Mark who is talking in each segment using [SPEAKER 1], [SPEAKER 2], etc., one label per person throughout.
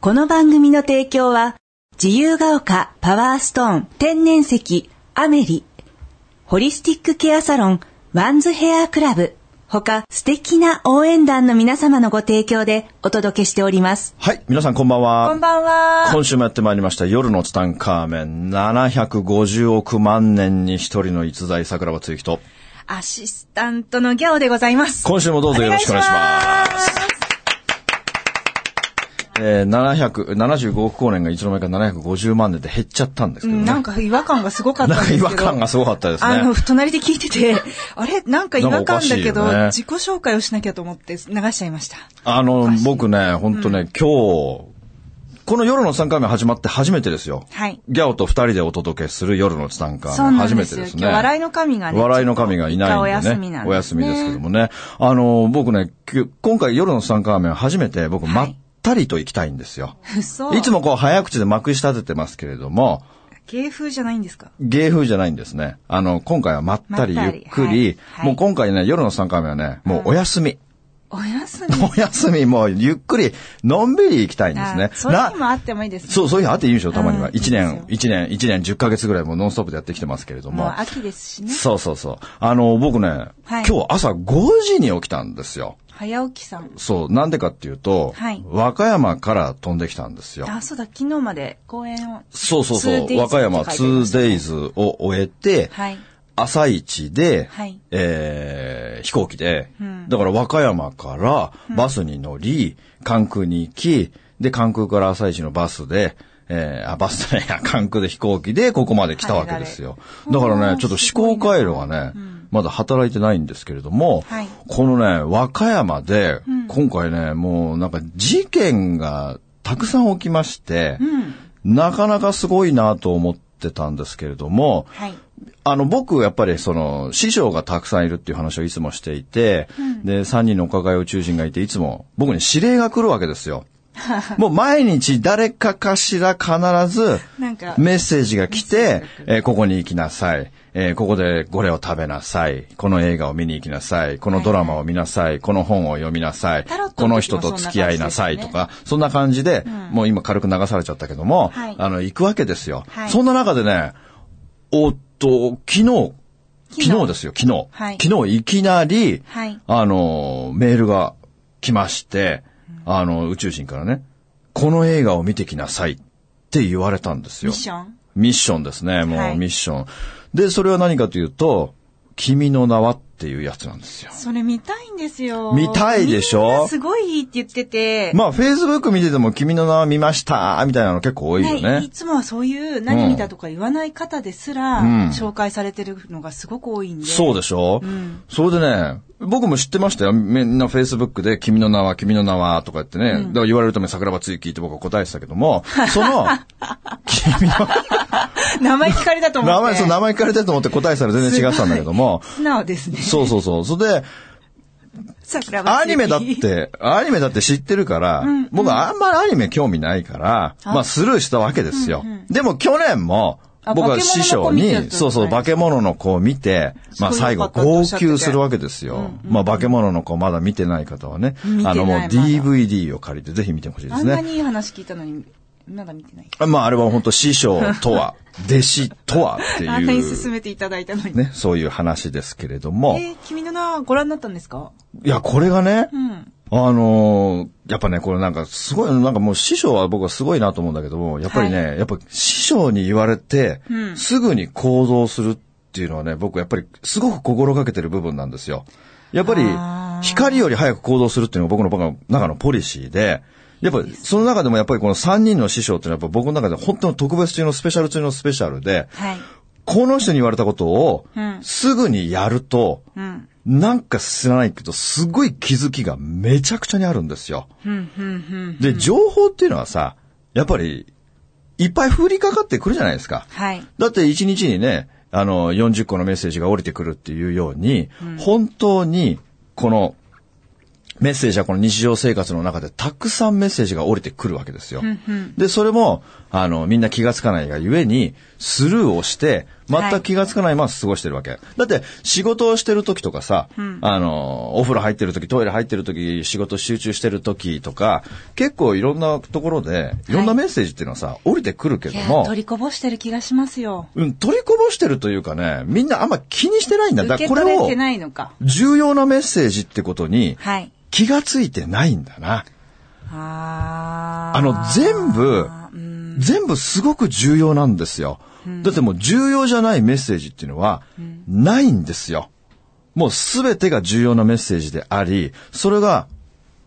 [SPEAKER 1] この番組の提供は、自由が丘パワーストーン天然石アメリ、ホリスティックケアサロンワンズヘアクラブ、他素敵な応援団の皆様のご提供でお届けしております。
[SPEAKER 2] はい、皆さんこんばんは。
[SPEAKER 1] こんばんは。
[SPEAKER 2] 今週もやってまいりました夜のツタンカーメン750億万年に一人の逸材桜庭つゆきと
[SPEAKER 1] アシスタントのギャオでございます。
[SPEAKER 2] 今週もどうぞよろしくお願いしますえー、700 75億光年がいつの間にか750万年って減っちゃったんですけどね、
[SPEAKER 3] なんか違和感がすごかったん
[SPEAKER 2] な
[SPEAKER 3] で
[SPEAKER 2] ん
[SPEAKER 3] す
[SPEAKER 2] か
[SPEAKER 3] け
[SPEAKER 2] 違
[SPEAKER 3] ど。
[SPEAKER 2] 和感がすごかったです
[SPEAKER 3] あの、
[SPEAKER 2] ね
[SPEAKER 3] 隣で聞いてて、 あれなんか違和感だけ
[SPEAKER 2] なんかおかし
[SPEAKER 3] ど、
[SPEAKER 2] いよね
[SPEAKER 3] 自己紹介をしなきゃと思って流しちゃいました。
[SPEAKER 2] あの僕ね本当ね、今日この夜のツタンカーメン始まって初めてですよ、
[SPEAKER 3] はい
[SPEAKER 2] ギャオと二人でお届けする夜のツタンカ
[SPEAKER 3] そ
[SPEAKER 2] ー
[SPEAKER 3] う
[SPEAKER 2] メン
[SPEAKER 3] な
[SPEAKER 2] 初
[SPEAKER 3] ん
[SPEAKER 2] め
[SPEAKER 3] で
[SPEAKER 2] て
[SPEAKER 3] すよ。
[SPEAKER 2] ですね
[SPEAKER 3] 今日笑いの神がね。
[SPEAKER 2] 笑いの神がいないんでね。
[SPEAKER 3] お休みなんです、ね。
[SPEAKER 2] お休みですけどもね。あの、僕ね、きゅ今回夜のツタンカーメン初めて僕、まったりと行きたいんですよ。
[SPEAKER 3] 嘘。
[SPEAKER 2] い、つもこう早口でまくし立ててますけれども、
[SPEAKER 3] 芸風じゃないんですか
[SPEAKER 2] 芸風じゃないんですね。あの、今回はまったりゆ
[SPEAKER 3] ま
[SPEAKER 2] っ
[SPEAKER 3] ったり
[SPEAKER 2] くり、
[SPEAKER 3] はい
[SPEAKER 2] もう今回ね、夜のツタンカーメンはね、もうお休み。
[SPEAKER 3] お休み。
[SPEAKER 2] お休み、もうゆっくり、のんびり行きたいんですね
[SPEAKER 3] あ。そういう日もあってもいいですね。
[SPEAKER 2] そう、そういうのあっていいんでしょ、たまには。
[SPEAKER 3] うん
[SPEAKER 2] 一
[SPEAKER 3] いい
[SPEAKER 2] 年、
[SPEAKER 3] で
[SPEAKER 2] 一年、一年10ヶ月ぐらいもうノンストップでやってきてますけれども。
[SPEAKER 3] もう秋ですしね。
[SPEAKER 2] そうそうそう。あの、僕ね、今日朝5時に起きたんですよ。
[SPEAKER 3] 早起きさん。
[SPEAKER 2] そう、なんでかっていうと、
[SPEAKER 3] はい
[SPEAKER 2] 和歌山から飛んできたんですよ。
[SPEAKER 3] あ、そうだ、昨日まで公演を。
[SPEAKER 2] そうそうそう、
[SPEAKER 3] 2days
[SPEAKER 2] 和歌山
[SPEAKER 3] って書いてありましたね
[SPEAKER 2] 2days を終えて、
[SPEAKER 3] はい。
[SPEAKER 2] 朝一で、
[SPEAKER 3] はい
[SPEAKER 2] えー飛行機で、
[SPEAKER 3] うん
[SPEAKER 2] だから和歌山からバスに乗り、関空に行き、で、関空から朝一のバスで、えーあ、バスじゃないや、 関空で飛行機でここまで来たわけですよ。だ
[SPEAKER 3] れ
[SPEAKER 2] か
[SPEAKER 3] あれ
[SPEAKER 2] ら
[SPEAKER 3] お
[SPEAKER 2] ね、
[SPEAKER 3] ー
[SPEAKER 2] ちょっと思考回路がね、まだ働いてないんですけれども、
[SPEAKER 3] はい
[SPEAKER 2] このね、和歌山で、今回ね、もうなんか事件がたくさん起きまして、
[SPEAKER 3] うん。
[SPEAKER 2] なかなかすごいなと思ってたんですけれども、
[SPEAKER 3] はい。
[SPEAKER 2] あの、僕、やっぱり、その、師匠がたくさんいるっていう話をいつもしていて、で、三人のお抱えを中心がいて、いつも、僕に指令が来るわけで すよ。もう毎日誰かかしら必ず
[SPEAKER 3] なんか、
[SPEAKER 2] メッセージが来て
[SPEAKER 3] メッセージが、来る
[SPEAKER 2] えーここに行きなさい、えーここでこれを食べなさい、この映画を見に行きなさい、このドラマを見なさい、この本を読みなさい
[SPEAKER 3] タロッ、
[SPEAKER 2] こ
[SPEAKER 3] ト
[SPEAKER 2] の
[SPEAKER 3] の時
[SPEAKER 2] 人
[SPEAKER 3] も
[SPEAKER 2] と付き合いなさいと
[SPEAKER 3] そんな感じですね
[SPEAKER 2] か、そんな感じで、もう今軽く流されちゃったけども、
[SPEAKER 3] はい
[SPEAKER 2] あの、行くわけですよ。
[SPEAKER 3] はい
[SPEAKER 2] そんな中でね、おっと、昨日、
[SPEAKER 3] 昨日
[SPEAKER 2] 昨日ですよ、昨日。
[SPEAKER 3] はい
[SPEAKER 2] 昨日いきなり、
[SPEAKER 3] はい
[SPEAKER 2] あの、メールが来まして、あの、宇宙人からね、この映画を見てきなさいって言われたんです
[SPEAKER 3] ミ
[SPEAKER 2] よ。
[SPEAKER 3] ッション
[SPEAKER 2] ミッションですね、も
[SPEAKER 3] は
[SPEAKER 2] う
[SPEAKER 3] い
[SPEAKER 2] ミッション。で、それは何かというと、君の名はっていうやつなんですよ。
[SPEAKER 3] それ見たいんですよ。
[SPEAKER 2] 見たいでしょ
[SPEAKER 3] みんなすごいいいって言ってて。
[SPEAKER 2] まあ、Facebook 見てても君の名は見ました、みたいなの結構多いよ
[SPEAKER 3] ね、
[SPEAKER 2] ね
[SPEAKER 3] い。つもはそういう何見たとか言わない方ですら、
[SPEAKER 2] うん
[SPEAKER 3] 紹介されてるのがすごく多いんで。
[SPEAKER 2] そうでしょ、
[SPEAKER 3] ん
[SPEAKER 2] それでね、僕も知ってましたよ。みんな Facebook で、君の名は、君の名は、とか言ってね。だから言われるため桜庭つゆきって僕は答えてたけども、その、君の、
[SPEAKER 3] 名前聞かれたと思って。
[SPEAKER 2] 名前、そう、名前聞かれてると思って答えてたら全然違ってたんだけども、
[SPEAKER 3] 素直ですね。
[SPEAKER 2] そうそうそう。それで、
[SPEAKER 3] 桜庭
[SPEAKER 2] アニメだっ
[SPEAKER 3] つゆき。
[SPEAKER 2] て、アニメだって知ってるから、僕あんまりアニメ興味ないから、まあスルーしたわけですよ。でも去年も、
[SPEAKER 3] あ
[SPEAKER 2] 僕は師匠
[SPEAKER 3] 化け物の子見てたんです
[SPEAKER 2] に、
[SPEAKER 3] ね
[SPEAKER 2] そうそう、化け物の子を見て、まあ
[SPEAKER 3] すごい
[SPEAKER 2] 最
[SPEAKER 3] 良か
[SPEAKER 2] 後、
[SPEAKER 3] ったって
[SPEAKER 2] 号
[SPEAKER 3] おっしゃってて
[SPEAKER 2] 泣するわけですよ。まあ化け物の子まだ見てない方はね
[SPEAKER 3] 見て、ない
[SPEAKER 2] あのもう
[SPEAKER 3] まだ
[SPEAKER 2] DVD を借りてぜひ見てほしいで
[SPEAKER 3] あ
[SPEAKER 2] す
[SPEAKER 3] んな
[SPEAKER 2] ね。
[SPEAKER 3] にいい話聞いたのに、まだ見てない。
[SPEAKER 2] まああれは本当師匠とは、弟子とはって
[SPEAKER 3] あんなに
[SPEAKER 2] い
[SPEAKER 3] 勧
[SPEAKER 2] う、
[SPEAKER 3] めていただいたのに。
[SPEAKER 2] ね、そういう話ですけれども、
[SPEAKER 3] えー君の名はご覧になったんですか
[SPEAKER 2] いや、これがね、
[SPEAKER 3] うん。
[SPEAKER 2] あのーやっぱね、これなんかすごい、なんかもう師匠は僕はすごいなと思うんだけども、やっぱりね、やっぱ師匠に言われて、
[SPEAKER 3] うん
[SPEAKER 2] すぐに行動するっていうのはね、僕やっぱりすごく心がけてる部分なんですよ。やっぱり
[SPEAKER 3] あ、ー
[SPEAKER 2] 光より早く行動するっていうのが僕の僕の中のポリシーで、やっぱり、その中でもやっぱりこの3人の師匠っていうのはやっぱ僕の中で本当の特別中のスペシャル中のスペシャルで、
[SPEAKER 3] はい。
[SPEAKER 2] この人に言われたことを
[SPEAKER 3] うん、
[SPEAKER 2] すぐにやると、
[SPEAKER 3] うん。
[SPEAKER 2] なんか知らないけど、すごい気づきがめちゃくちゃにあるんですよ。
[SPEAKER 3] うん、うん、うん。
[SPEAKER 2] で、情報っていうのはさ、やっぱり、いっぱい降りかかってくるじゃないですか。
[SPEAKER 3] はい。
[SPEAKER 2] だって一日にね、あの、40個のメッセージが降りてくるっていうように、本当に、この、メッセージはこの日常生活の中でたくさんメッセージが降りてくるわけですよ。で、それも、あの、みんな気がつかないがゆえに、スルーをして、全く気がつかないまま過ごしてるわけ。だって、仕事をしてる時とかさ、あの、お風呂入ってる時、トイレ入ってる時、仕事集中してる時とか、結構いろんなところで、いろんなメッセージっていうのはさ、降りてくるけ
[SPEAKER 3] い
[SPEAKER 2] ど
[SPEAKER 3] や、
[SPEAKER 2] も、
[SPEAKER 3] 取りこぼしてる気がしますよ。
[SPEAKER 2] うん、取りこぼしてるというかね、みんなあんま気にしてないんだ。だ
[SPEAKER 3] 受
[SPEAKER 2] から
[SPEAKER 3] け
[SPEAKER 2] こ
[SPEAKER 3] 取
[SPEAKER 2] れ
[SPEAKER 3] れ
[SPEAKER 2] を
[SPEAKER 3] て、ないのか。
[SPEAKER 2] 重要なメッセージってことに、
[SPEAKER 3] はい。
[SPEAKER 2] 気がついてないんだな。
[SPEAKER 3] あー
[SPEAKER 2] あの、全部
[SPEAKER 3] うん、
[SPEAKER 2] 全部すごく重要なんですよ。だってもう重要じゃないメッセージっていうのは、ないんですよ。もうすべてが重要なメッセージであり、それが、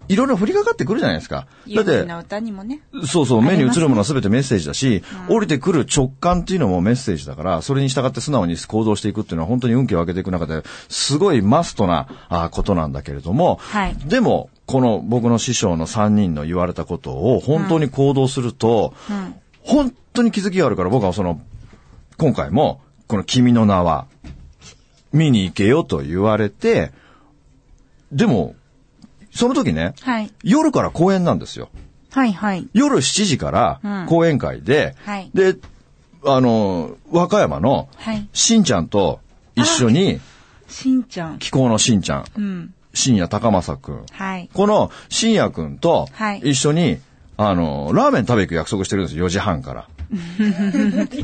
[SPEAKER 2] いろいろ振りかかってくるじゃないですか。だ
[SPEAKER 3] 有
[SPEAKER 2] っ
[SPEAKER 3] 名
[SPEAKER 2] て、
[SPEAKER 3] な歌にもね。
[SPEAKER 2] そうそう、
[SPEAKER 3] あ
[SPEAKER 2] 目に
[SPEAKER 3] り
[SPEAKER 2] 映
[SPEAKER 3] ますね
[SPEAKER 2] るものは全てメッセージだし、降りてくる直感っていうのもメッセージだから、それに従って素直に行動していくっていうのは本当に運気を上げていく中で、すごいマストなあことなんだけれども、
[SPEAKER 3] はい
[SPEAKER 2] でも、この僕の師匠の3人の言われたことを本当に行動すると、本当に気づきがあるから僕はその、今回も、この君の名は、見に行けよと言われて、でも、その時ね、
[SPEAKER 3] はい。
[SPEAKER 2] 夜から公演なんですよ。
[SPEAKER 3] はい、はい。
[SPEAKER 2] 夜7時か
[SPEAKER 3] う
[SPEAKER 2] ら
[SPEAKER 3] ん
[SPEAKER 2] 講演会で、
[SPEAKER 3] はい
[SPEAKER 2] で、あの、和歌山の
[SPEAKER 3] はい、
[SPEAKER 2] しんちゃんと一緒に、
[SPEAKER 3] しんちゃん。
[SPEAKER 2] 気候のしんちゃん、
[SPEAKER 3] うん。
[SPEAKER 2] 深夜高政くん、
[SPEAKER 3] はい。
[SPEAKER 2] この深夜くんと
[SPEAKER 3] はい
[SPEAKER 2] 一緒に、あの、ラーメン食べ行く約束してるんですよ、4時半から。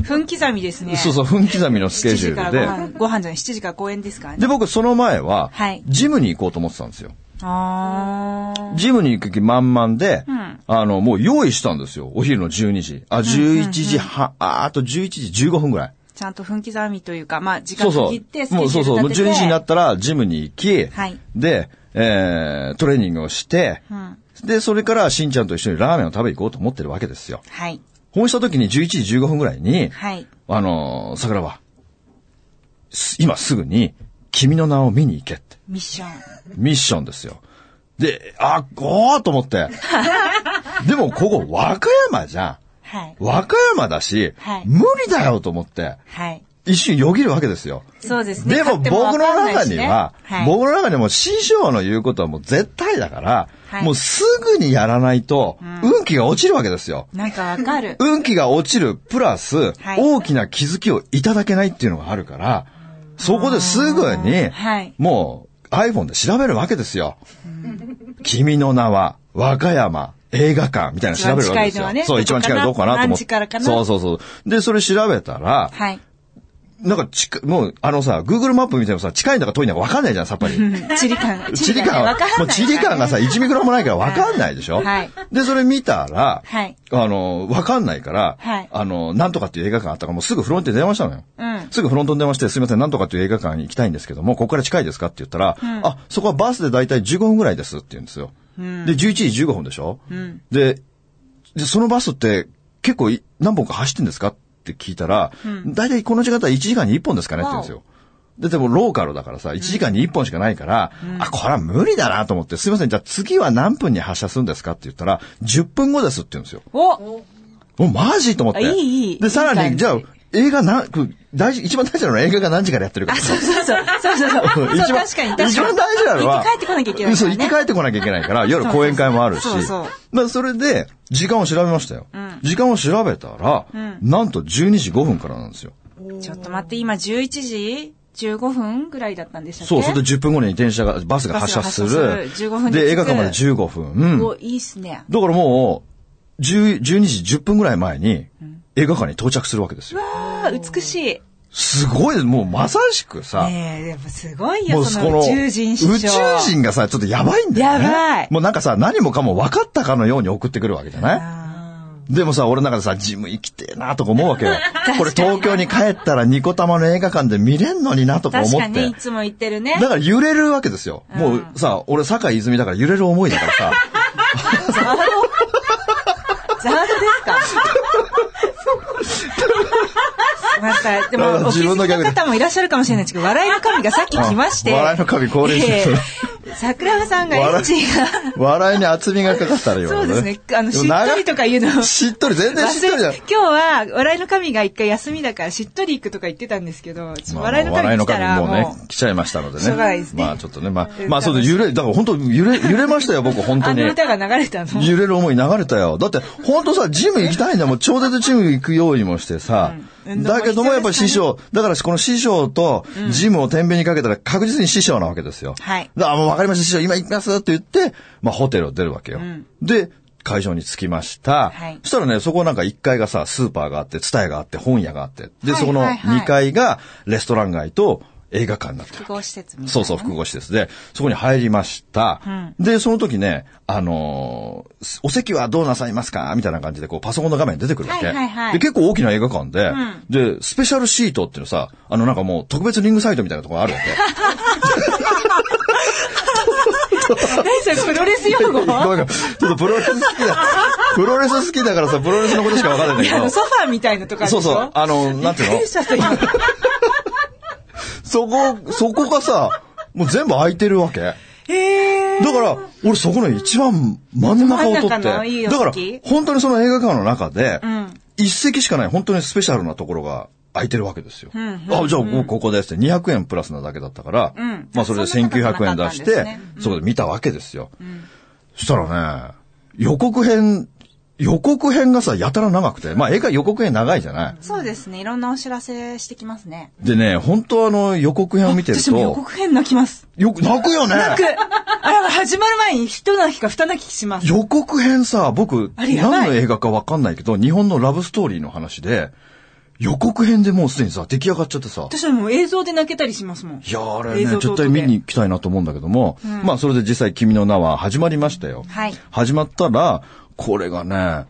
[SPEAKER 3] 分刻みですね。
[SPEAKER 2] そうそう、分刻みのスケジュールで。
[SPEAKER 3] 7時からご飯、ご飯じゃない、7時から公演ですからね。
[SPEAKER 2] で、僕、その前は
[SPEAKER 3] はい、
[SPEAKER 2] ジムに行こうと思ってたんですよ。
[SPEAKER 3] あー。
[SPEAKER 2] ジムに行く気満々で、
[SPEAKER 3] うん
[SPEAKER 2] あの、もう用意したんですよ。お昼の12時。あ、11時半、あ、あと11時15分ぐらい。
[SPEAKER 3] ちゃんと分刻みというか、まあ、時
[SPEAKER 2] そ
[SPEAKER 3] 間
[SPEAKER 2] うそう。
[SPEAKER 3] 切って、ス
[SPEAKER 2] も
[SPEAKER 3] ケ
[SPEAKER 2] う
[SPEAKER 3] ジ
[SPEAKER 2] そ
[SPEAKER 3] ュ
[SPEAKER 2] う
[SPEAKER 3] ール立
[SPEAKER 2] そう。もう
[SPEAKER 3] てて
[SPEAKER 2] 12時になったら、ジムに行き、
[SPEAKER 3] はい
[SPEAKER 2] で、えー、トレーニングをして、
[SPEAKER 3] うん。
[SPEAKER 2] で、それから、しんちゃんと一緒にラーメンを食べに行こうと思ってるわけですよ。
[SPEAKER 3] はい。
[SPEAKER 2] ほうした時に11時15分ぐらいに、
[SPEAKER 3] はい。
[SPEAKER 2] あのー桜は、す今すぐに、君の名を見に行けって。
[SPEAKER 3] ミッション。
[SPEAKER 2] ミッションですよ。で、あ、こーと 思って。でも、ここ、和歌山じゃ
[SPEAKER 3] はい
[SPEAKER 2] ん。。和歌山だし、
[SPEAKER 3] はい
[SPEAKER 2] 無理だよと思って、
[SPEAKER 3] はい。
[SPEAKER 2] 一瞬よぎるわけですよ。
[SPEAKER 3] そうですね。
[SPEAKER 2] でも
[SPEAKER 3] 勝って
[SPEAKER 2] 僕の
[SPEAKER 3] わかんな
[SPEAKER 2] 中
[SPEAKER 3] いし
[SPEAKER 2] に
[SPEAKER 3] ね
[SPEAKER 2] は、
[SPEAKER 3] はい、
[SPEAKER 2] 僕の中にも師匠の言うことはもう絶対だから、
[SPEAKER 3] はい
[SPEAKER 2] もうすぐにやらないと、運気が落ちるわけですよ。
[SPEAKER 3] なんかわかる。
[SPEAKER 2] 運気が落ちるプラス、
[SPEAKER 3] はい
[SPEAKER 2] 大きな気づきをいただけないっていうのがあるから、そこですぐに、
[SPEAKER 3] はい
[SPEAKER 2] もう iPhone で調べるわけですよ。君の名は、和歌山、映画館みたいなの調べるわけです
[SPEAKER 3] 一番近い
[SPEAKER 2] よ。
[SPEAKER 3] のはね
[SPEAKER 2] そう、一番近いのはどこかなと思って。
[SPEAKER 3] 何時からかな
[SPEAKER 2] そうそうそう。で、それ調べたら、
[SPEAKER 3] はい。
[SPEAKER 2] なんか近い、もう、あのさ、Google マップ見てもさ、近いんだか遠いんだか分かんないじゃん、さ っぱり。
[SPEAKER 3] 地理感。
[SPEAKER 2] 地理
[SPEAKER 3] がね
[SPEAKER 2] 感
[SPEAKER 3] わ
[SPEAKER 2] は
[SPEAKER 3] かんない、
[SPEAKER 2] もう地理感がさ、1ミクロもないから分かんないでしょ
[SPEAKER 3] はい
[SPEAKER 2] で、それ見たら、
[SPEAKER 3] はい
[SPEAKER 2] あの、分かんないから、
[SPEAKER 3] はい
[SPEAKER 2] あの、なんとかっていう映画館あったから、もうすぐフロントに電話したのよ。
[SPEAKER 3] うん
[SPEAKER 2] すぐフロントに電話して、すいません、なんとかっていう映画館に行きたいんですけども、ここから近いですかって言ったら、あ、そこはバスでだいたい15分ぐらいですって言うんですよ。で、11時15分でしょ、で、で、そのバスって結構い何本か走ってんですかって聞いたら、大体この時間帯1時間に1本ですかねって言うんですよ。で、でもローカルだからさ、1時間に1本しかないから、あ、これは無理だなと思って、すいません、じゃあ次は何分に発車するんですかって言ったら、10分後ですって言うんですよ。
[SPEAKER 3] お
[SPEAKER 2] お、マジと思って。
[SPEAKER 3] あいいいい
[SPEAKER 2] で、さら
[SPEAKER 3] いい感
[SPEAKER 2] に、
[SPEAKER 3] じ
[SPEAKER 2] じゃあ、映画な、く大事、一番大事なのは映画が何時からやってるか
[SPEAKER 3] あ、。そうそうそう。そうそうそう。そう、確か
[SPEAKER 2] 一番、
[SPEAKER 3] に確かに。
[SPEAKER 2] 一番大事なのは、
[SPEAKER 3] 行って帰ってこなきゃいけないか
[SPEAKER 2] そう、
[SPEAKER 3] ら
[SPEAKER 2] 行って
[SPEAKER 3] ね。
[SPEAKER 2] 帰ってこなきゃいけないから、夜講演会もあるし。
[SPEAKER 3] そうそう
[SPEAKER 2] まあ、それで、時間を調べましたよ。時間を調べたら、なんと12時5分からなんですよ。
[SPEAKER 3] ちょっと待って、今11時15分ぐらいだったんでしたっけ
[SPEAKER 2] そう、それで10分後に電車が、バスが発車す
[SPEAKER 3] バスが発
[SPEAKER 2] る。
[SPEAKER 3] 車する15分で着く
[SPEAKER 2] で、映画館まで15分。うん
[SPEAKER 3] お、いいっすね。
[SPEAKER 2] だからもう、10 12時10分ぐらい前に、映画館に到着するわけですよ。
[SPEAKER 3] ああ、美しい。
[SPEAKER 2] すごいですもうまさしくさ、
[SPEAKER 3] ねえ、やっぱすごい
[SPEAKER 2] も
[SPEAKER 3] よ、
[SPEAKER 2] う
[SPEAKER 3] そ
[SPEAKER 2] こ
[SPEAKER 3] の
[SPEAKER 2] の、
[SPEAKER 3] 宇宙人師匠。
[SPEAKER 2] 宇宙人がさ、ちょっとやばいんだよね。
[SPEAKER 3] やばい
[SPEAKER 2] もうなんかさ、何もかも分かったかのように送ってくるわけじゃない
[SPEAKER 3] あ
[SPEAKER 2] でもさ、俺の中でさ、ジム行きてえなとか思うわけよ。 これ東京に帰ったらニコ玉の映画館で見れんのになと
[SPEAKER 3] ー
[SPEAKER 2] か思
[SPEAKER 3] 確
[SPEAKER 2] って。
[SPEAKER 3] かに、いつも言ってるね。
[SPEAKER 2] だから揺れるわけですよ。もうさ、俺、坂井泉だ から揺れる思いだからさ。
[SPEAKER 3] ザードザードです かまた、で
[SPEAKER 2] あ
[SPEAKER 3] も、お気
[SPEAKER 2] 自分の
[SPEAKER 3] づ
[SPEAKER 2] ギャ
[SPEAKER 3] き
[SPEAKER 2] グ
[SPEAKER 3] の
[SPEAKER 2] で
[SPEAKER 3] 方もいらっしゃるかもしれないですけど、笑いの神がさっき来まして、
[SPEAKER 2] あ笑いの神降臨してる
[SPEAKER 3] ええ桜庭さんがエッチが、
[SPEAKER 2] 笑いに厚みがかかったらいいわ
[SPEAKER 3] そうですねあの
[SPEAKER 2] でも
[SPEAKER 3] しっ
[SPEAKER 2] 長い
[SPEAKER 3] とりとか言うの
[SPEAKER 2] しっとり、全然しっと
[SPEAKER 3] 忘
[SPEAKER 2] りだ
[SPEAKER 3] れ。今日は、笑いの神が一回休みだから、しっとり行くとか言ってたんですけど、ちょっと
[SPEAKER 2] まあ
[SPEAKER 3] 笑いの神来たら、
[SPEAKER 2] もう
[SPEAKER 3] も
[SPEAKER 2] ね、来ちゃいましたのでね。
[SPEAKER 3] しょうがないですね
[SPEAKER 2] まあちょっとね、まあ
[SPEAKER 3] う、ん
[SPEAKER 2] まあそうです。揺れ、だから本当揺れ、揺れましたよ、僕、本
[SPEAKER 3] う、
[SPEAKER 2] 当
[SPEAKER 3] あ
[SPEAKER 2] に
[SPEAKER 3] の。歌が流れたの。
[SPEAKER 2] 揺れる思い流れたよ。だって、本当さ、ジム行きたいんだもん。超絶ジム行く用意もしてさ。
[SPEAKER 3] うん
[SPEAKER 2] だけどもやっぱ師匠、だからこの師匠とジムを天秤にかけたら確実に師匠なわけですよ。
[SPEAKER 3] はい
[SPEAKER 2] だからもうわかりました、師匠、今行きますって言って、まあホテルを出るわけよ。で、会場に着きました。
[SPEAKER 3] はい
[SPEAKER 2] そしたらね、そこなんか1階がさ、スーパーがあって、ツタヤがあって、本屋があって。で、
[SPEAKER 3] はい
[SPEAKER 2] そこの
[SPEAKER 3] はいはい
[SPEAKER 2] 2階がレストラン街と映画館になってる
[SPEAKER 3] 複合施設みたいな。
[SPEAKER 2] そうそう、複合施設で、そこに入りました。で、その時ね、あのーすお席はどうなさいますかみたいな感じで、こう、パソコンの画面に出てくるわけ。
[SPEAKER 3] はいはいはい
[SPEAKER 2] で、結構大きな映画館で、で、スペシャルシートっていうのさ、あの、なんかもう、特別リングサイトみたいなところあるわけ。
[SPEAKER 3] 何それ、プロレス用語
[SPEAKER 2] ごめんごめんちょっとプロレス好き だ。プロレス好きだからさ、プロレスのことしかわかんないんだ
[SPEAKER 3] いやあの
[SPEAKER 2] け
[SPEAKER 3] ソファーみたいなとか
[SPEAKER 2] ど。
[SPEAKER 3] あるで
[SPEAKER 2] そう
[SPEAKER 3] しょ
[SPEAKER 2] そう、あの、なんていう
[SPEAKER 3] びっ
[SPEAKER 2] の
[SPEAKER 3] くりしちゃった今
[SPEAKER 2] そこ、そこがさ、もう全部空いてるわけ。
[SPEAKER 3] えー
[SPEAKER 2] だから、俺そこの一番真ん中を取っ
[SPEAKER 3] 真ん
[SPEAKER 2] て。
[SPEAKER 3] 中のいいお
[SPEAKER 2] だから
[SPEAKER 3] 席、
[SPEAKER 2] 本当にその映画館の中で、
[SPEAKER 3] ん
[SPEAKER 2] 一席しかない本当にスペシャルなところが空いてるわけですよ。あ、じゃあもうここですって200円プラスなだけだったから、
[SPEAKER 3] ん
[SPEAKER 2] まあそれで
[SPEAKER 3] そんな高くなか
[SPEAKER 2] 1900円
[SPEAKER 3] ったん
[SPEAKER 2] 出
[SPEAKER 3] です
[SPEAKER 2] し
[SPEAKER 3] ね
[SPEAKER 2] て、そこで見たわけですよ。そしたらね、予告編、予告編がさ、やたら長くて、まあ映画予告編長いじゃない。
[SPEAKER 3] そうですね。いろんなお知らせしてきますね。
[SPEAKER 2] でね、本当あの予告編を見てる
[SPEAKER 3] 私も予
[SPEAKER 2] と、
[SPEAKER 3] 告編泣き ます。
[SPEAKER 2] よく泣くよね
[SPEAKER 3] 泣く。あれは始まる前に一泣きか二泣きします。
[SPEAKER 2] 予告編さ、僕、
[SPEAKER 3] あれやばい
[SPEAKER 2] 何の映画かわかんないけど、日本のラブストーリーの話で、予告編でもうすでにさ、出来上がっちゃってさ、
[SPEAKER 3] 私はもう映像で泣けたりしますもん。
[SPEAKER 2] いやー
[SPEAKER 3] 映
[SPEAKER 2] あれね、
[SPEAKER 3] 像と
[SPEAKER 2] 絶
[SPEAKER 3] 音で
[SPEAKER 2] 対見に行きたいなと思うんだけども、まあそれで実際君の名は始まりましたよ。
[SPEAKER 3] はい
[SPEAKER 2] 始まったら、これがね、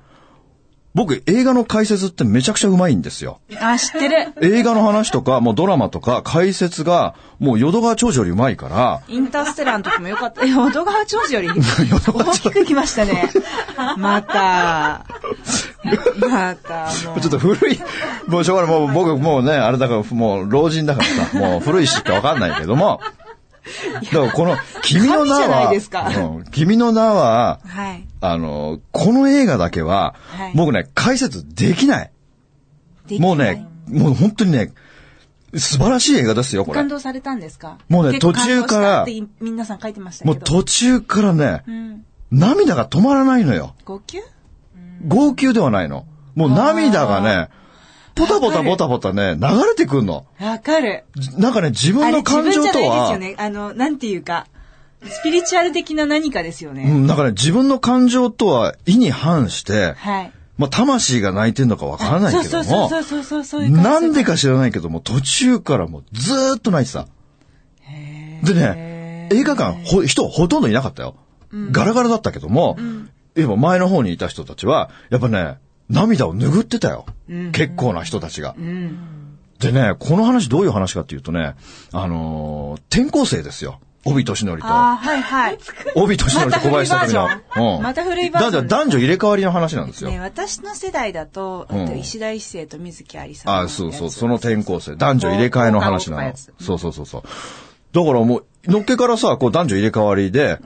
[SPEAKER 2] 僕映画の解説ってめちゃくちゃうまいんですよ。
[SPEAKER 3] あ、知ってる。
[SPEAKER 2] 映画の話とか、もうドラマとか、解説が、もう淀川長寿よりうま いから、
[SPEAKER 3] インターステラーの時もよかった。え、淀川長寿より大きく来ましたね。また。また、もう
[SPEAKER 2] ちょっと古い、もうしょうがない、もう僕もうね、あれだから、もう老人だからさ、もう古いしかわかんないけども、だからこの、君の名
[SPEAKER 3] 神じゃない
[SPEAKER 2] は、
[SPEAKER 3] ですか
[SPEAKER 2] うん君の名は、
[SPEAKER 3] はい。
[SPEAKER 2] あの、この映画だけは、
[SPEAKER 3] はい
[SPEAKER 2] 僕ね、解説できない。
[SPEAKER 3] できない
[SPEAKER 2] もうね、もう本当にね、素晴らしい映画ですよ、これ
[SPEAKER 3] 感。動されたんですか
[SPEAKER 2] もうね
[SPEAKER 3] 結構感動
[SPEAKER 2] 途中から
[SPEAKER 3] したって皆さん書いてましたけ
[SPEAKER 2] も
[SPEAKER 3] ど。
[SPEAKER 2] う途中からね、
[SPEAKER 3] うん。
[SPEAKER 2] 涙が止まらないのよ。
[SPEAKER 3] 号泣
[SPEAKER 2] 号泣ではないの。もう涙がね、ポタポタポタポタね、流れてくんの。
[SPEAKER 3] わかる。
[SPEAKER 2] なんかね、自
[SPEAKER 3] あ
[SPEAKER 2] 分
[SPEAKER 3] れ
[SPEAKER 2] の感情とは、
[SPEAKER 3] 自分じゃないですよね。あの、なんていうか、スピリチュアル的な何かですよ
[SPEAKER 2] う
[SPEAKER 3] ね。
[SPEAKER 2] ん、だから自分の感情とは意に反して、
[SPEAKER 3] はい。
[SPEAKER 2] まあ、魂が泣いてんのかわからないけ
[SPEAKER 3] そ
[SPEAKER 2] ど
[SPEAKER 3] うそう
[SPEAKER 2] も
[SPEAKER 3] そう、そうそうそういう感じ
[SPEAKER 2] なんでか知らないけども、途中からもうずーっと泣いてた。でね、映画館、ほ、人ほとんどいなかったよ。ガラガラだったけども、やっぱ前の方にいた人たちは、やっぱね、涙を拭ってたよ。結構な人たちが。でね、この話どういう話かっていうとね、あのー転校生ですよ。帯敏則と。
[SPEAKER 3] ああ、はいはい。
[SPEAKER 2] 帯としのりと小林匠
[SPEAKER 3] また古いバージョン
[SPEAKER 2] の。
[SPEAKER 3] また古いバージョン
[SPEAKER 2] だから男女入れ替わりの話なんですよ。
[SPEAKER 3] ね、私の世代だと、
[SPEAKER 2] うん
[SPEAKER 3] あと石田一生と水木有りさんの
[SPEAKER 2] あ
[SPEAKER 3] や
[SPEAKER 2] あ、
[SPEAKER 3] つ
[SPEAKER 2] そうそう、その転校生。男女入れ替えの話な
[SPEAKER 3] 交換交換
[SPEAKER 2] の。
[SPEAKER 3] やつ
[SPEAKER 2] そうそうそうそう。だからもう、のっけからさ、こう男女入れ替わりで、ああ、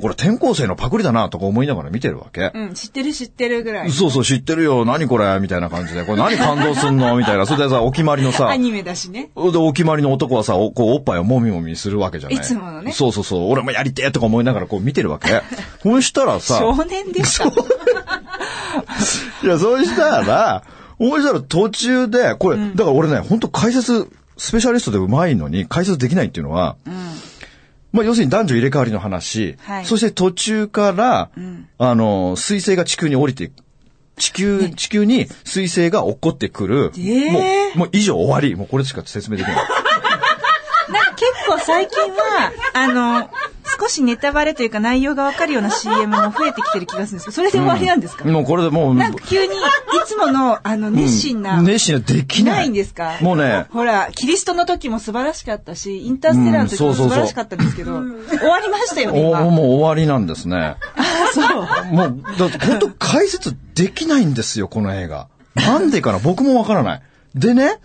[SPEAKER 2] これ転校生のパクリだな、とか思いながら見てるわけ。
[SPEAKER 3] うん、知ってる知ってるぐらい。
[SPEAKER 2] そうそう、知ってるよ、何これ、みたいな感じで、これ何感動すん のみたいな。それでさ、お決まりのさ、
[SPEAKER 3] アニメだしね。
[SPEAKER 2] で、お決まりの男はさ、おこうおっぱいをもみもみするわけじゃない。
[SPEAKER 3] いつものね
[SPEAKER 2] そうそうそう、俺もやりてえとか思いながらこう見てるわ け。そしたらさ、
[SPEAKER 3] 少年でした。
[SPEAKER 2] いや、そうしたら、そうしたら途中で、これ、だから俺ね、本当解説、スペシャリストでうまいのに解説できないっていうのは、まあ要するに男女入れ替わりの話、
[SPEAKER 3] はい
[SPEAKER 2] そして途中から、あの、水星が地球に降りて、地球、地球に水星が落っこってくる。
[SPEAKER 3] え
[SPEAKER 2] もう、もう以上終わり。もうこれしか説明で きない。
[SPEAKER 3] なんか結構最近は、あの、少しネタバレというか内容がわかるような CM も増えてきてる気がするんですけど、それで終わりなんですか、
[SPEAKER 2] もうこれでもう、
[SPEAKER 3] なんか急に、いつもの、あの、熱心な、
[SPEAKER 2] 熱心なできない。
[SPEAKER 3] ないんですか
[SPEAKER 2] もうね、
[SPEAKER 3] ほら、キリストの時も素晴らしかったし、インターステラーの時
[SPEAKER 2] う
[SPEAKER 3] も
[SPEAKER 2] ん
[SPEAKER 3] 素
[SPEAKER 2] そうそうそう
[SPEAKER 3] 晴らしかったんですけど、終わりましたよね、
[SPEAKER 2] お
[SPEAKER 3] 今。
[SPEAKER 2] もう終わりなんですね。
[SPEAKER 3] そう。
[SPEAKER 2] もう、だって本当解説できないんですよ、この映画。なんでかな僕もわからない。でね、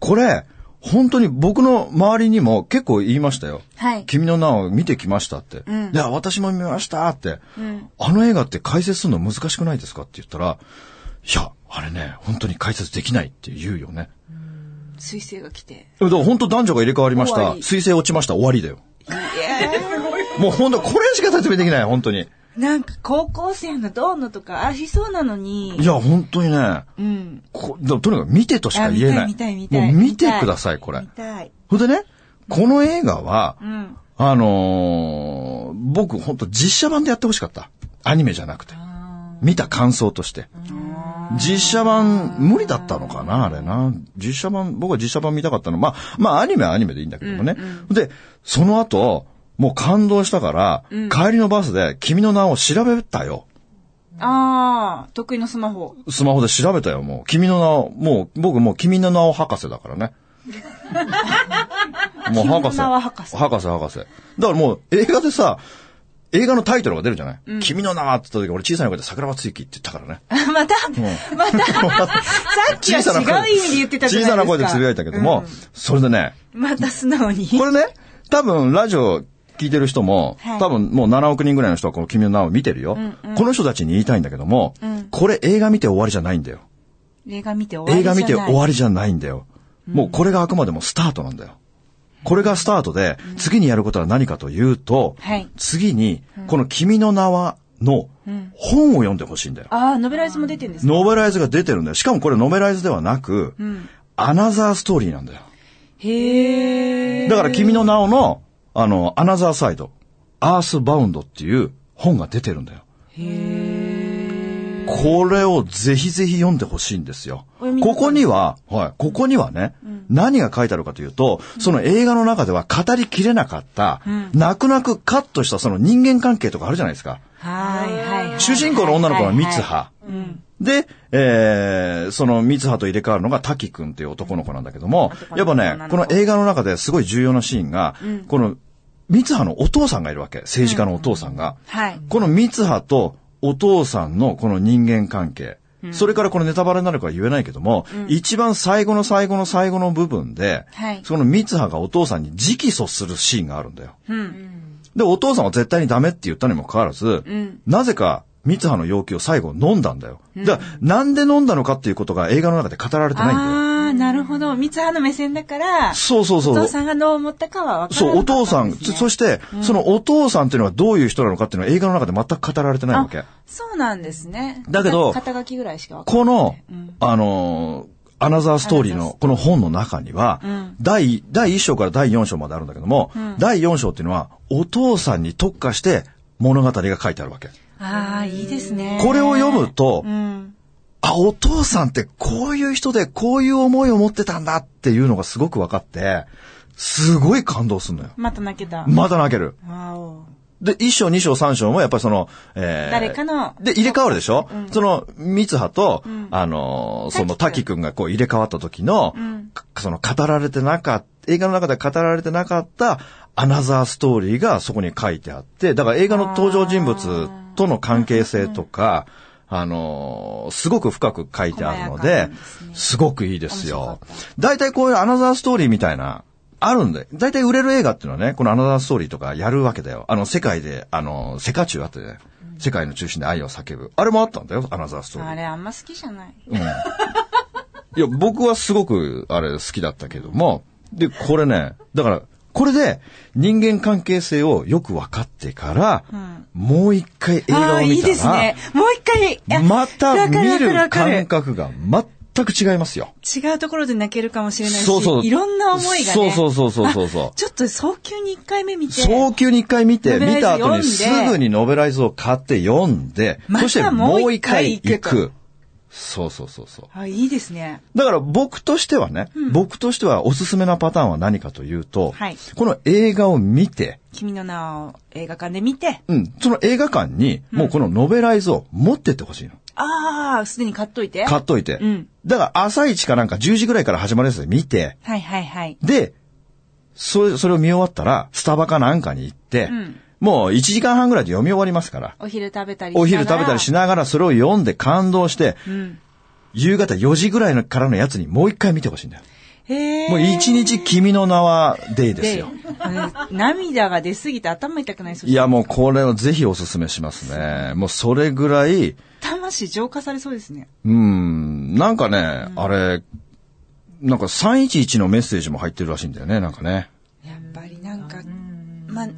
[SPEAKER 2] これ、本当に僕の周りにも結構言いましたよ。
[SPEAKER 3] はい
[SPEAKER 2] 君の名を見てきましたって。
[SPEAKER 3] ん
[SPEAKER 2] いや、私も見ましたって、あの映画って解説するの難しくないですかって言ったら、いや、あれね、本当に解説できないって言うよね。
[SPEAKER 3] 彗星が来て。
[SPEAKER 2] だから本当男女が入れ替わりまし
[SPEAKER 3] 終
[SPEAKER 2] た。
[SPEAKER 3] わり
[SPEAKER 2] 彗星落ちました。終わりだよ。もう本当これしか説明できない、本当に。
[SPEAKER 3] なんか高校生のどうのとかありそうなのに
[SPEAKER 2] い。や、本当にね、
[SPEAKER 3] うん。
[SPEAKER 2] こだとにかく見てとしか言えない。
[SPEAKER 3] あ見たい見たい見たい
[SPEAKER 2] もう見てください、これ
[SPEAKER 3] 見。たい。
[SPEAKER 2] ほんでね、この映画は、
[SPEAKER 3] うん。
[SPEAKER 2] あのー僕本当実写版でやってほしかった。アニメじゃなくて。見た感想として。実写版無理だったのかなあれな。実写版、僕は実写版見たかったの。まあ、まあアニメはアニメでいいんだけどもね。で、その後、もう感動したから、帰りのバスで君の名を調べたよ。
[SPEAKER 3] ああ、得意のスマホ。
[SPEAKER 2] スマホで調べたよ、もう。君の名を、もう、僕もう君の名を博士だか らね。もう博
[SPEAKER 3] 君の
[SPEAKER 2] 士。
[SPEAKER 3] 名は博士
[SPEAKER 2] 博士、博士。だからもう映画でさ、映画のタイトルが出るじゃない、君の名はって言った時、俺小さな声で桜庭つゆきって言ったから ね。
[SPEAKER 3] また、また、さっきは
[SPEAKER 2] 小さな声
[SPEAKER 3] 違う意味で言ってたじゃないですか。
[SPEAKER 2] 小さな声でつぶやいたけども、それでね、
[SPEAKER 3] うん。また素直に。
[SPEAKER 2] これね、多分ラジオ聞いてる人も、
[SPEAKER 3] はい
[SPEAKER 2] 多分もう7億人ぐらいの人はこの君の名を見てるよ、この人たちに言いたいんだけども、これ映画見て終わりじゃないんだよ。
[SPEAKER 3] 映画見て終わ
[SPEAKER 2] 映
[SPEAKER 3] りじゃな
[SPEAKER 2] 画
[SPEAKER 3] い。
[SPEAKER 2] 見て終わりじゃないんだよ。もうこれがあくまでもスタートなんだよ。これがスタートで、次にやることは何かというと、
[SPEAKER 3] はい
[SPEAKER 2] 次に、この君の名はの本を読んでほしいんだよ。
[SPEAKER 3] ああ、ノベライズも出てんですか
[SPEAKER 2] ノベライズが出てるんだよ。しかもこれノベライズではなく、アナザーストーリーなんだよ。
[SPEAKER 3] へえ。
[SPEAKER 2] だから君の名をの、あの、アナザーサイド、アースバウンドっていう本が出てるんだよ。これをぜひぜひ読んでほしいんですよ。
[SPEAKER 3] お読みくださ
[SPEAKER 2] こ
[SPEAKER 3] い
[SPEAKER 2] こには、はい、ここにはね、何が書いてあるかというと、その映画の中では語りきれなかった、泣く泣くカットしたその人間関係とかあるじゃないですか。
[SPEAKER 3] はいはいはい。
[SPEAKER 2] 主人公の女の子はミツ
[SPEAKER 3] は
[SPEAKER 2] ハ。で、えー、そのミツハと入れ替わるのが滝くんっていう男の子なんだけども、やっぱね、この映画の中ですごい重要なシーンが、このミツハのお父さんがいるわけ。政治家のお父さんが。
[SPEAKER 3] はい。
[SPEAKER 2] このミツハとお父さんのこの人間関係。それからこのネタバレになるから言えないけども、一番最後の最後の最後の部分で、
[SPEAKER 3] はい
[SPEAKER 2] そのミツハがお父さんに直訴するシーンがあるんだよ。
[SPEAKER 3] うん。
[SPEAKER 2] で、お父さんは絶対にダメって言ったにもかかわらず、
[SPEAKER 3] ん
[SPEAKER 2] なぜか、三葉の要求を最後飲んだんだよ。だから、なんで飲んだのかっていうことが映画の中で語られてないんだよ。
[SPEAKER 3] ああ、なるほど。三葉の目線だから、
[SPEAKER 2] そうそうそ
[SPEAKER 3] お
[SPEAKER 2] う。
[SPEAKER 3] 父さんがどう思ったかは分から
[SPEAKER 2] そう、お父さん、
[SPEAKER 3] そ
[SPEAKER 2] そして、そのお父さんっていうのはどういう人なのかっていうのは映画の中で全く語られてないわけ。
[SPEAKER 3] そうなんですね。
[SPEAKER 2] だけど
[SPEAKER 3] 肩書きぐらいしか分か
[SPEAKER 2] この、あのーアナザーストーリーのこの本の中には、
[SPEAKER 3] ん
[SPEAKER 2] 第、第1章から第4章まであるんだけども、第4章っていうのは、お父さんに特化して物語が書いてあるわけ。
[SPEAKER 3] んない。ああ、いいですね。
[SPEAKER 2] これを読むと
[SPEAKER 3] う、ん。
[SPEAKER 2] あ、お父さんってこういう人でこういう思いを持ってたんだっていうのがすごく分かって、すごい感動するのよ。
[SPEAKER 3] また泣けた。
[SPEAKER 2] また泣ける。
[SPEAKER 3] わお。
[SPEAKER 2] で、一章、二章、三章もやっぱりその、えー、
[SPEAKER 3] 誰かの
[SPEAKER 2] で、入れ替わるでしょ、その、三葉と、
[SPEAKER 3] ん
[SPEAKER 2] あのーその、
[SPEAKER 3] 滝
[SPEAKER 2] 滝くんがこう入れ替わった時の、
[SPEAKER 3] ん
[SPEAKER 2] かその、語られてなかった、映画の中で語られてなかった、アナザーストーリーがそこに書いてあって、だから映画の登場人物との関係性とか、あのーすごく深く書いてあるの
[SPEAKER 3] 細やかな
[SPEAKER 2] で、
[SPEAKER 3] んですね
[SPEAKER 2] すごくいいです
[SPEAKER 3] 面
[SPEAKER 2] よ。大体こういうアナザーストーリーみたいな、あるんで、大体売れる映画っていうのはね、このアナザーストーリーとかやるわけだよ。あの、世界で、あの、世界中あってね、世界の中心で愛を叫ぶ。あれもあったんだよ、アナザーストー
[SPEAKER 3] あ
[SPEAKER 2] リー。
[SPEAKER 3] れあんま好きじゃない。
[SPEAKER 2] いや、僕はすごく、あれ好きだったけども、で、これね、だから、これで人間関係性をよく分かってから、もう一回映画を見た
[SPEAKER 3] あ
[SPEAKER 2] ら、
[SPEAKER 3] あ、いいですね。もう一回。いや
[SPEAKER 2] また
[SPEAKER 3] わか
[SPEAKER 2] 見
[SPEAKER 3] わ
[SPEAKER 2] る
[SPEAKER 3] かわ
[SPEAKER 2] 感
[SPEAKER 3] か
[SPEAKER 2] 覚が全く違いますよ。
[SPEAKER 3] 違うところで泣けるかもしれないし、
[SPEAKER 2] そうそう
[SPEAKER 3] いろんな思いがね。
[SPEAKER 2] そうそうそうそうそうそう
[SPEAKER 3] あちょっと早急に一回目見て。
[SPEAKER 2] 早急に一回見て、
[SPEAKER 3] ノベライズ
[SPEAKER 2] 見た後にす
[SPEAKER 3] 読んで
[SPEAKER 2] ぐにノベライズを買って読んで、
[SPEAKER 3] また
[SPEAKER 2] そしても
[SPEAKER 3] も
[SPEAKER 2] う一回
[SPEAKER 3] う
[SPEAKER 2] 行
[SPEAKER 3] 一回行
[SPEAKER 2] く。そうそうそうそう。
[SPEAKER 3] あ、いいですね。
[SPEAKER 2] だから僕としてはね、僕としてはおすすめなパターンは何かというと、
[SPEAKER 3] はい
[SPEAKER 2] この映画を見て、
[SPEAKER 3] 君の名を映画館で見て、
[SPEAKER 2] うん、その映画館にもうこのノベライズを持ってってほしいの。
[SPEAKER 3] ああ、すでに買っといて。
[SPEAKER 2] 買っといて。
[SPEAKER 3] うん
[SPEAKER 2] だから朝一かなんか10時ぐらいから始まるやつで見て、
[SPEAKER 3] はいはいはい。
[SPEAKER 2] で、それ、それを見終わったら、スタバかなんかに行って、
[SPEAKER 3] ん
[SPEAKER 2] もう1時間半ぐらいで読み終わりますから、
[SPEAKER 3] お昼食べたりしながら
[SPEAKER 2] お昼食べたりしながらそれを読んで感動して、
[SPEAKER 3] うん。
[SPEAKER 2] 夕方4時ぐらいのからのやつにもう一回見てほしいんだよ。
[SPEAKER 3] へえ。
[SPEAKER 2] もう一日君の名はデイです
[SPEAKER 3] で
[SPEAKER 2] よ。、
[SPEAKER 3] うん涙が出すぎて頭痛くないそう
[SPEAKER 2] いや、もうこれはぜひおすすめしますね。もうそれぐらい、
[SPEAKER 3] 魂浄化されそうですね。
[SPEAKER 2] うん、なんかね、あれ、なんか311のメッセージも入ってるらしいんだよね、なんかね。
[SPEAKER 3] やっぱりなんか、まあ、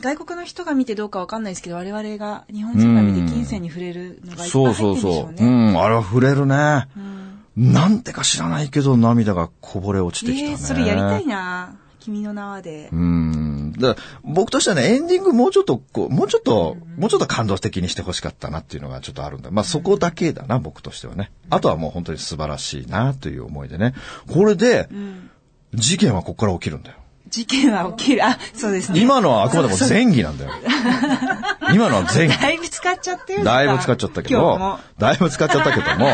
[SPEAKER 3] 外国の人が見てどうかわかんないですけど、我々が日本人が見て金銭に触れるのがいっぱい
[SPEAKER 2] そう
[SPEAKER 3] 入
[SPEAKER 2] そ
[SPEAKER 3] っ
[SPEAKER 2] う
[SPEAKER 3] てるんでしょ
[SPEAKER 2] そうう。う
[SPEAKER 3] ね。
[SPEAKER 2] ん、あれは触れるね。なんてか知らないけど涙がこぼれ落ちてきた
[SPEAKER 3] え
[SPEAKER 2] ね。
[SPEAKER 3] えそれやりたいな君の名はで
[SPEAKER 2] う。ん。だから僕としてはね、エンディングもうちょっと、こう、もうちょっと、もうちょっと感動的にしてほしかったなっていうのがちょっとあるんだ。まあそこだけだな、僕としてはね。あとはもう本当に素晴らしいなという思いでね。これで、事件はここから起きるんだよ。
[SPEAKER 3] 事件は起きる。あ、そうですね。
[SPEAKER 2] 今のはあくまでも前儀なんだよ。今のは前
[SPEAKER 3] だ
[SPEAKER 2] 儀。
[SPEAKER 3] いぶ使っちゃってる
[SPEAKER 2] だいぶ使っちゃったけ
[SPEAKER 3] 今日
[SPEAKER 2] ど
[SPEAKER 3] も、。
[SPEAKER 2] だいぶ使っちゃったけども、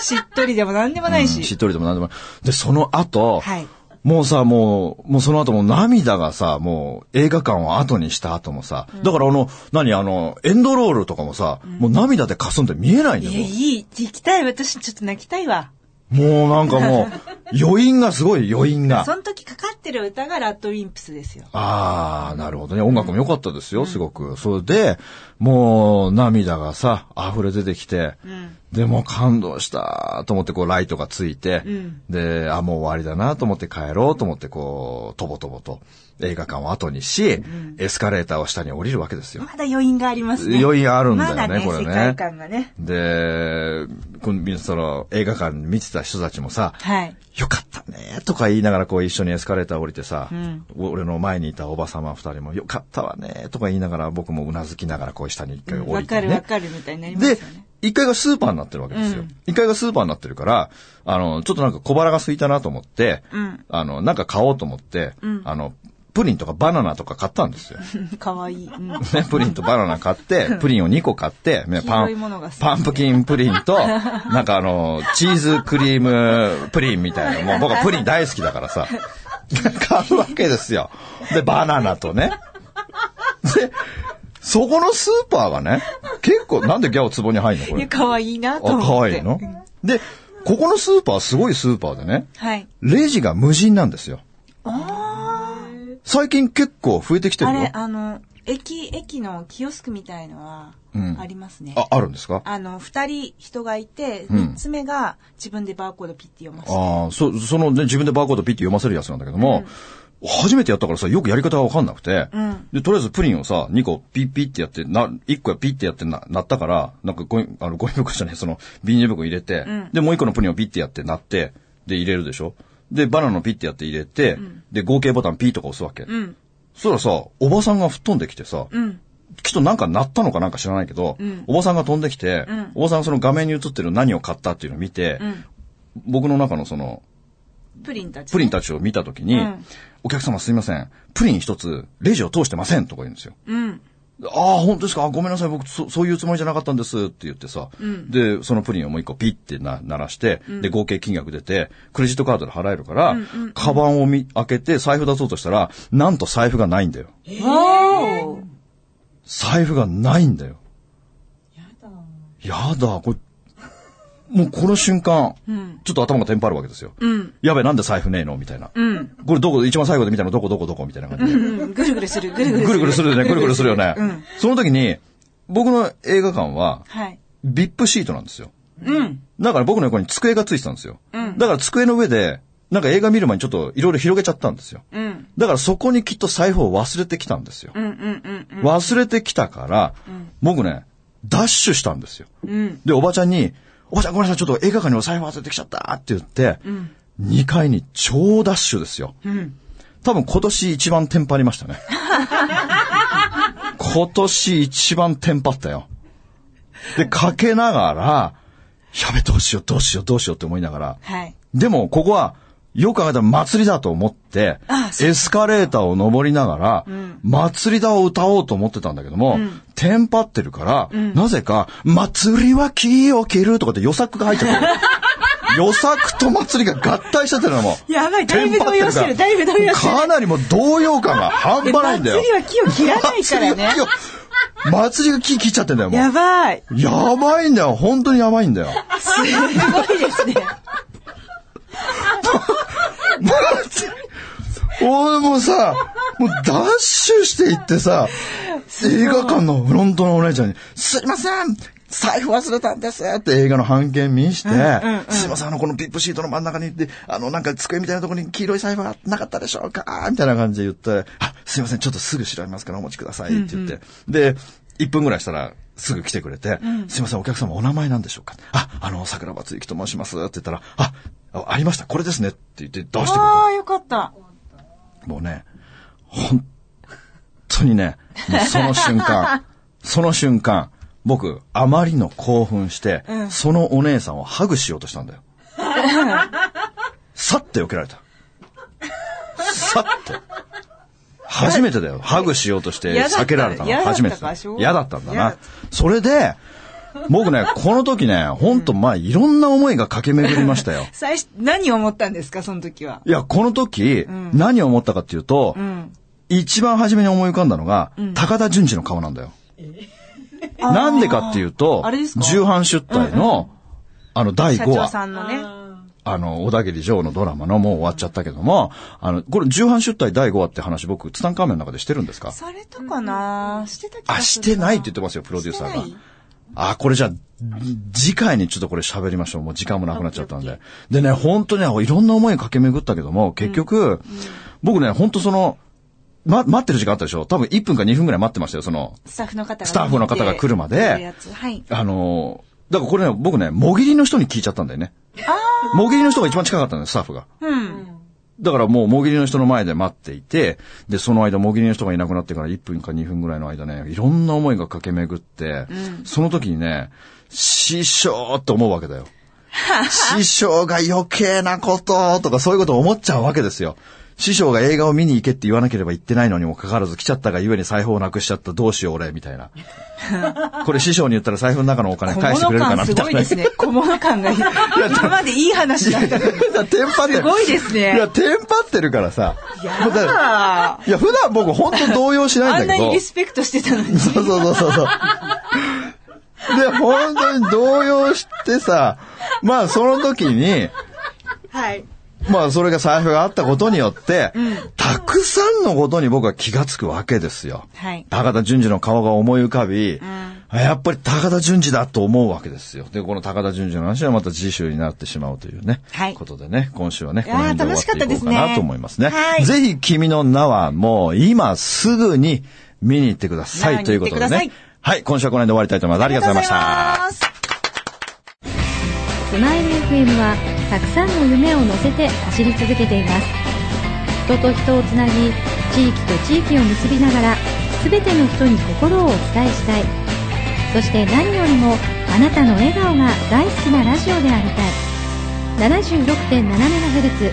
[SPEAKER 3] しっとりでもなんでも ない
[SPEAKER 2] うんしっ
[SPEAKER 3] し。
[SPEAKER 2] とりでも何でもない。で、その後、
[SPEAKER 3] はい
[SPEAKER 2] もうさ、もう、もうその後もう涙がさ、もう映画館を後にした後もさ、だからあの、何あの、エンドロールとかもさ、もう涙で霞んで見えないんだ
[SPEAKER 3] いや、
[SPEAKER 2] よ。
[SPEAKER 3] いい。行きたい。私、ちょっと泣きたいわ。
[SPEAKER 2] もうなんかもう、余韻がすごい余韻が。
[SPEAKER 3] その時かかってる歌がラッドウィンプスですよ。
[SPEAKER 2] ああ、なるほどね。音楽も良かったですよ、すごく。それで、もう涙がさ、溢れ出てきて、で、もう感動したと思って、こう、ライトがついて、で、あ、もう終わりだなと思って帰ろうと思って、こう、とぼとぼと映画館を後にし、エスカレーターを下に降りるわけですよ
[SPEAKER 3] ま。だ余韻がありますね。
[SPEAKER 2] 余韻あるんだよね
[SPEAKER 3] まだ
[SPEAKER 2] これね
[SPEAKER 3] 世界観がね。
[SPEAKER 2] で、このみんなその映画館見てた人たちもさ、
[SPEAKER 3] はい。
[SPEAKER 2] よかったねとか言いながらこう一緒にエスカレーター降りてさ、
[SPEAKER 3] ん
[SPEAKER 2] お俺の前にいたおばさま二人もよかったわねとか言いながら僕もうなずきながらこう下に一回降
[SPEAKER 3] わ
[SPEAKER 2] り
[SPEAKER 3] か
[SPEAKER 2] て、ね。
[SPEAKER 3] るわかるみたいになりますよ
[SPEAKER 2] で
[SPEAKER 3] ね。、
[SPEAKER 2] 一階がスーパーになってるわけですよ。一、階がスーパーになってるから、あの、ちょっとなんか小腹が空いたなと思って、
[SPEAKER 3] ん
[SPEAKER 2] あの、なんか買おうと思って、あの、プリンとかバナナとか買ったん ですよ。
[SPEAKER 3] かわいい。うん。
[SPEAKER 2] ね、プリンとバナナ買 って、プリンを2個買って、ね、
[SPEAKER 3] 黄
[SPEAKER 2] パ
[SPEAKER 3] 色いものが好
[SPEAKER 2] ン
[SPEAKER 3] き、
[SPEAKER 2] パンプキンプリン と、なんかあの、チーズクリームプリンみたいな、もう僕はプリン大好きだから さ、買うわけですよ。で、バナナとね。で、そこのスーパーがね、結構、なんでギャオツボに入んのこ
[SPEAKER 3] い
[SPEAKER 2] れ。
[SPEAKER 3] や、
[SPEAKER 2] あ、
[SPEAKER 3] かわいいなと思って。
[SPEAKER 2] 可愛いので、ここのスーパーすごいスーパーでね、
[SPEAKER 3] はい。
[SPEAKER 2] レジが無人なんですよ。最近結構増えてきて
[SPEAKER 3] あ
[SPEAKER 2] るよ。
[SPEAKER 3] れ、あの、駅、駅のキオスクみたいのは、
[SPEAKER 2] うん
[SPEAKER 3] ありますね。
[SPEAKER 2] あ、あるんですか
[SPEAKER 3] あの、二人人がいて、
[SPEAKER 2] うん
[SPEAKER 3] 三つ目が自分でバーコードピッて読ませて。
[SPEAKER 2] ああ、そ、そのね、自分でバーコードピッて読ませるやつなんだけども、初めてやったからさ、よくやり方がわかんなくて、
[SPEAKER 3] ん
[SPEAKER 2] で、とりあえずプリンをさ、2個ピッピッってやって、な、1個ピッてやってな、なったから、なんかゴミ、あの、ゴミ袋じゃない、その、ビニール袋入れて、で、もう1個のプリンをピッてやってなって、で、入れるでしょで、バナナをピッてやって入れて、で、合計ボタンピーとか押すわけ。
[SPEAKER 3] うん。
[SPEAKER 2] そしたらさ、おばさんが吹っ飛んできてさ、
[SPEAKER 3] うん。
[SPEAKER 2] きっとなんか鳴ったのかなんか知らないけど、
[SPEAKER 3] ん
[SPEAKER 2] おばさんが飛んできて、
[SPEAKER 3] ん
[SPEAKER 2] おばさんがその画面に映ってる何を買ったっていうのを見て、
[SPEAKER 3] うん。
[SPEAKER 2] 僕の中のその、
[SPEAKER 3] プリンたち。
[SPEAKER 2] プリンたちを見たときに、
[SPEAKER 3] うん
[SPEAKER 2] お客様すいません、プリン一つ、レジを通してませんとか言うんですよ。
[SPEAKER 3] うん。
[SPEAKER 2] ああ、本当ですかあごめんなさい、僕そ、そういうつもりじゃなかったんですって言ってさ、
[SPEAKER 3] ん
[SPEAKER 2] で、そのプリンをもう一個ピッてな鳴らして、で、合計金額出て、クレジットカードで払えるから、カバンをみ開けて財布出そうとしたら、なんと財布がないんだよ。
[SPEAKER 3] わお
[SPEAKER 2] 財布がないんだよ。やだ。やだ、これ、もうこの瞬間、
[SPEAKER 3] ん
[SPEAKER 2] ちょっと頭がテンパるわけですよ。
[SPEAKER 3] うん。
[SPEAKER 2] やべ、なんで財布ねえのみたいな。
[SPEAKER 3] うん。
[SPEAKER 2] これどこ、一番最後で見たのどこどこどこみたいな感じで。
[SPEAKER 3] うん。ぐるぐるする。ぐるぐる
[SPEAKER 2] ぐるぐるするよね、ぐるぐるするよね
[SPEAKER 3] うん。
[SPEAKER 2] その時に、僕の映画館は、
[SPEAKER 3] はい。
[SPEAKER 2] VIP シートなんですよ。
[SPEAKER 3] うん。
[SPEAKER 2] だから僕の横に机がついてたんですよ。
[SPEAKER 3] うん
[SPEAKER 2] だから机の上で、なんか映画見る前にちょっといろいろ広げちゃったんですよ。
[SPEAKER 3] うん。
[SPEAKER 2] だからそこにきっと財布を忘れてきたんですよ。
[SPEAKER 3] うん。うん。うん。
[SPEAKER 2] 忘れてきたから、僕ね、ダッシュしたんですよ。
[SPEAKER 3] うん。
[SPEAKER 2] で、おばちゃんに、おばちゃんごめんなさい、ちょっと映画館にお財布忘れてきちゃったって言って、2階に超ダッシュですよ。
[SPEAKER 3] うん。
[SPEAKER 2] 多分今年一番テンパりました ね。今年一番テンパったよ。で、かけながら、やべ、どうしよう、どうしよう、どうしようって思いながら。
[SPEAKER 3] はい。
[SPEAKER 2] でも、ここは、よく考えたら祭りだと思って
[SPEAKER 3] あ、
[SPEAKER 2] エスカレーターを登りながら、祭りだを歌おうと思ってたんだけども、テンパってるから、なぜか、祭りは木を切るとかって予作が入っち ゃった。予作と祭りが合体しちゃってるのもう。
[SPEAKER 3] やばいだいぶ
[SPEAKER 2] テンパって
[SPEAKER 3] 動揺
[SPEAKER 2] るから
[SPEAKER 3] してるだいぶ動揺してる
[SPEAKER 2] かなりもう動揺感が半端ないんだよ。
[SPEAKER 3] 祭りは木を切らないからね。
[SPEAKER 2] 祭りが木を祭りが木切っちゃってんだよ、もう。
[SPEAKER 3] やばい。
[SPEAKER 2] やばいんだよ、本当にやばいんだよ。
[SPEAKER 3] すごいですね。
[SPEAKER 2] 俺もさ、もうダッシュしていってさ、映画館のフロントのお姉ちゃんに、すいません財布忘れたんですって映画の半券見して、すいません、あの、このピップシートの真ん中に行って、あの、なんか机みたいなところに黄色い財布はなかったでしょうかみたいな感じで言って、あ、すいません、ちょっとすぐ調べますからお持ちくださいって言って。で、1分ぐらいしたら、すぐ来てくれて、すいません、お客様お名前なんでしょうかあ、あの、桜庭つゆきと申しますって言ったら、あ、あありました、これですねって言って出してくれた。
[SPEAKER 3] ああ、よかった。
[SPEAKER 2] もうね、本当にね、もうその 瞬間、その瞬間、僕、あまりの興奮して、
[SPEAKER 3] うん
[SPEAKER 2] そのお姉さんをハグしようとしたん だよ。さって避けられた。さって。初めてだよ。ハグしようとして
[SPEAKER 3] やだった
[SPEAKER 2] 避けられたの。
[SPEAKER 3] やだったか
[SPEAKER 2] 初めてだ。
[SPEAKER 3] しょう
[SPEAKER 2] 嫌だったんだ
[SPEAKER 3] やだ
[SPEAKER 2] な
[SPEAKER 3] った。
[SPEAKER 2] それで、僕ね、この時ね、ほんと、まあ、いろんな思いが駆け巡りました よ。
[SPEAKER 3] 最初、何を思ったんですか、その時は。
[SPEAKER 2] いや、この時、
[SPEAKER 3] ん
[SPEAKER 2] 何を思ったかっていうと、
[SPEAKER 3] うん。
[SPEAKER 2] 一番初めに思い浮かんだのが、高田純次の顔なんだよ。なんでかっていうと
[SPEAKER 3] あれです、か
[SPEAKER 2] 重版出隊の、あの、第
[SPEAKER 3] 社
[SPEAKER 2] 5
[SPEAKER 3] 長
[SPEAKER 2] 話、
[SPEAKER 3] さんのね。
[SPEAKER 2] あの、小田切城のドラマのもう終わっちゃったけども、あの、これ、重版出隊第5話って話僕、ツタンカーメンの中でしてるんですか
[SPEAKER 3] されたかな、してた気がするな
[SPEAKER 2] あ、してないって言ってますよ、プロデューサーが。あ、これじゃあ、次回にちょっとこれ喋りましょう。もう時間もなくなっちゃったんで。でね、本当ね、いろんな思いを駆け巡ったけども、結局、僕ね、本当その、ま、待ってる時間あったでしょ多分1分か2分ぐらい待ってましたよ、その、
[SPEAKER 3] スタッフの方が来て。
[SPEAKER 2] スタッフの方が来るまで
[SPEAKER 3] 来るやつはい。
[SPEAKER 2] あのーだからこれね、僕ね、もぎりの人に聞いちゃったんだよね。もぎりの人が一番近かったんだよ、スタッフが。
[SPEAKER 3] うん。
[SPEAKER 2] だからもう、もぎりの人の前で待っていて、で、その間、もぎりの人がいなくなってから1分か2分ぐらいの間ね、いろんな思いが駆け巡って、その時にね、師匠って思うわけだよ。師匠が余計なこととかそういうことを思っちゃうわけですよ。師匠が映画を見に行けって言わなければ行ってないのにもかかわらず来ちゃったがゆえに財布をなくしちゃったどうしよう俺みた いな。これ師匠に言ったら財布の中のお金
[SPEAKER 3] 小
[SPEAKER 2] 返してくれ
[SPEAKER 3] 物
[SPEAKER 2] るか
[SPEAKER 3] 感
[SPEAKER 2] な
[SPEAKER 3] す
[SPEAKER 2] みた
[SPEAKER 3] ご
[SPEAKER 2] い
[SPEAKER 3] い
[SPEAKER 2] な。
[SPEAKER 3] ですね。小物感がいい。今までいい話だったのに。
[SPEAKER 2] だテンパって
[SPEAKER 3] すごいですね
[SPEAKER 2] いや、テンパってるからさ。もうだから
[SPEAKER 3] あ
[SPEAKER 2] いや、普段僕本当動揺しな
[SPEAKER 3] あ
[SPEAKER 2] い
[SPEAKER 3] ん
[SPEAKER 2] んだ
[SPEAKER 3] な
[SPEAKER 2] け
[SPEAKER 3] に
[SPEAKER 2] ど
[SPEAKER 3] リ。スペクトしてたのに。
[SPEAKER 2] そうそう そうそうそう。で、本当に動揺してさ、まあその時に、
[SPEAKER 3] はい。
[SPEAKER 2] まあそれが財布があったことによって、たくさんのことに僕は気がつくわけですよ。
[SPEAKER 3] はい。
[SPEAKER 2] 高田純次の顔が思い浮かび、あやっぱり高田純次だと思うわけですよ。で、この高田純次の話はまた次週になってしまうというね、
[SPEAKER 3] はい
[SPEAKER 2] ことでね、今週はね、こ
[SPEAKER 3] やー
[SPEAKER 2] の辺で終わっていこう
[SPEAKER 3] 楽しか
[SPEAKER 2] か
[SPEAKER 3] ったですね
[SPEAKER 2] なと思いますね。
[SPEAKER 3] はい
[SPEAKER 2] ぜひ、君の名はもう今すぐに見に行ってくださ
[SPEAKER 3] 名
[SPEAKER 2] い
[SPEAKER 3] に
[SPEAKER 2] ということで
[SPEAKER 3] 行ってく
[SPEAKER 2] ね
[SPEAKER 3] だ。
[SPEAKER 2] はい、今週はこの辺で終わりたいと思います。ありがとうございました。
[SPEAKER 3] ありがとうございます。
[SPEAKER 4] スマイル FM はたくさんの夢を乗せて走り続けています人と人をつなぎ地域と地域を結びながら全ての人に心をお伝えしたいそして何よりもあなたの笑顔が大好きなラジオでありたい 76.7MHz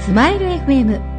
[SPEAKER 4] スマイル FM